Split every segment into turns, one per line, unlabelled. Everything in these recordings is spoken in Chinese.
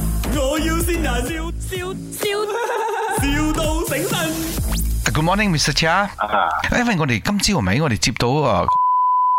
要先人，笑笑笑，, 笑到醒神。
Good morning, Mr. Chia。
啊，
因為我哋今朝係咪我哋接到啊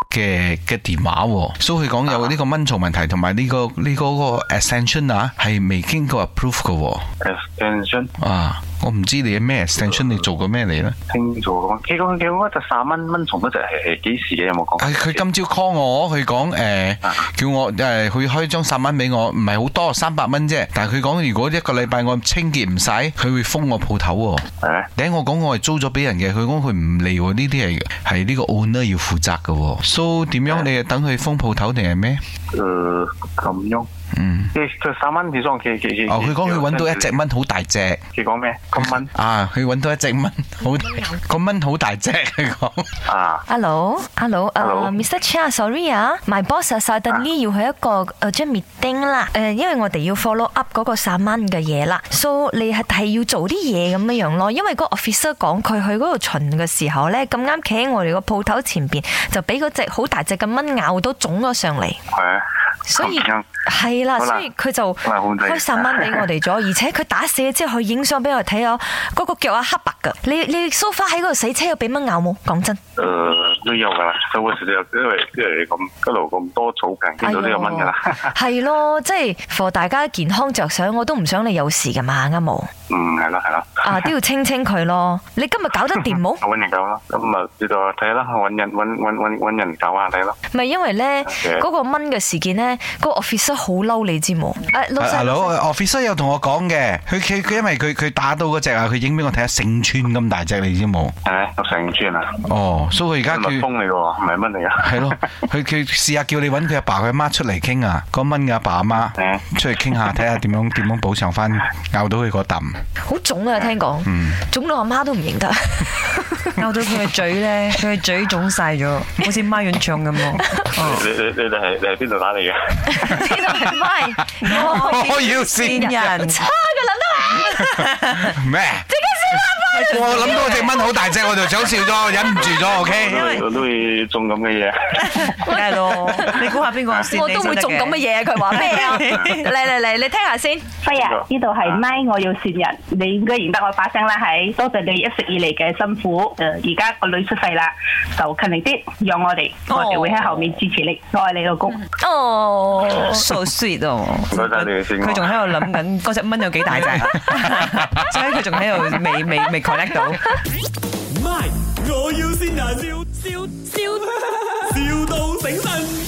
嘅嘅電話喎，所以佢講有呢個蚊蟲問題同埋呢個呢、個嗰個 extension 啊係未經過 approve 嘅喎
呃 extension
啊！我唔知你咩 extension，你做過咩嚟咧？
清咗咁啊。佢講佢嗰隻三蚊蚊蟲嗰隻係係幾時嘅？有冇講？
係啊佢今朝 call 我，佢講誒
啊
叫我誒，呃佢、開張十蚊俾我，唔係好多，三百蚊啫。但係佢講如果一個禮拜我清潔唔使，佢會封我鋪頭喎。
係啊咩？
頂我講我係租咗俾人嘅，佢講佢唔理喎，呢啲係係呢個 owner 要負責嘅喎。So 點樣你係等佢封鋪頭定係咩？
誒呃咁樣，
嗯，
佢佢三蚊幾裝幾幾幾？
哦，佢講佢揾到一隻蚊好大隻，
佢講咩？咁蚊
啊，佢揾到一隻蚊好大，個蚊好大隻，佢講。
啊，
Hello，Hello，誒
Hello
Mr. Chia，sorry 啊，my boss 啊 suddenly 要去一個誒即係 meeting 啦，誒因為我哋要 follow up 嗰個三蚊嘅嘢啦，so 你係係要做啲嘢咁樣樣咯，因為個 officer 講佢去嗰度巡嘅時候咧，咁啱企喺我哋個鋪頭前邊，就俾嗰只好大隻嘅蚊咬到腫咗上嚟，
係啊
所以
咁樣
係啦，
好啦
所以佢就
好啦控制
開三蚊俾我哋咗，而且佢打死咗之後，佢影相俾我哋睇啊，嗰個腳啊黑白㗎，你你 so far 喺嗰度洗車有俾蚊咬冇？講真。
誒呃都有㗎啦，就嗰時都有，因為因為咁一路咁多草坪，
哎
見到都有蚊㗎啦。
係咯，即係 for 大家健康着想，我都唔想你有事噶嘛，啱冇？
嗯，係啦係啦。
啊，都要清清佢咯。你今日搞得掂冇？
我揾人搞啦，咁啊，知道啊睇啦，揾人揾揾揾揾人搞下睇啦。
咪因為咧
Okay
嗰個蚊嘅事件咧，嗰、個 officer 好嬲你知冇？誒、
啊
老細，老細
Hello，officer 有同我講嘅，佢佢佢因為佢佢打到嗰只啊，佢影俾我睇下成寸咁大隻，你知冇？
係咪？有成串啊，
哦，所以佢而家
蜜
佢
蜂嚟嘅喎，唔係蚊嚟啊㗎。
係咯，佢佢試下叫你揾佢阿爸佢阿媽出嚟傾啊，個蚊嘅阿爸阿媽
嗯
出嚟傾下，睇下點樣點樣補償翻咬到佢嗰啖。
好腫啊，聽講，
嗯
腫到阿媽都唔 認得。
咬到佢嘅嘴咧，佢嘅嘴腫晒咗，好似孖潤腸咁喎。哦
你你你哋係你係邊度打嚟嘅？
呢度係咪？
我
我
要
善
先
人，
差嘅
咩？我諗到只蚊好大隻，我就想笑咗，忍唔住咗，OK。
我都會中咁嘅嘢。
梗係咯，你估下邊個
諗
善
到，我都會中咁嘅嘢啊。佢話 咩啊？嚟嚟嚟，你聽下先。
輝
邊個
啊，呢度係咪我要善人，你應該認得我把聲啦，係多謝你一直以嚟嘅辛苦。誒、而家個女出世啦，就勤力啲養我哋，我哋會喺後面支持你，我愛你老公。
哦，
So sweet 哦！
唔該晒你哋先
佢仲喺度諗緊嗰只蚊有幾大隻，所以佢仲喺度未未未 connect 到。
咪，我要先人，笑笑笑，,笑到醒神。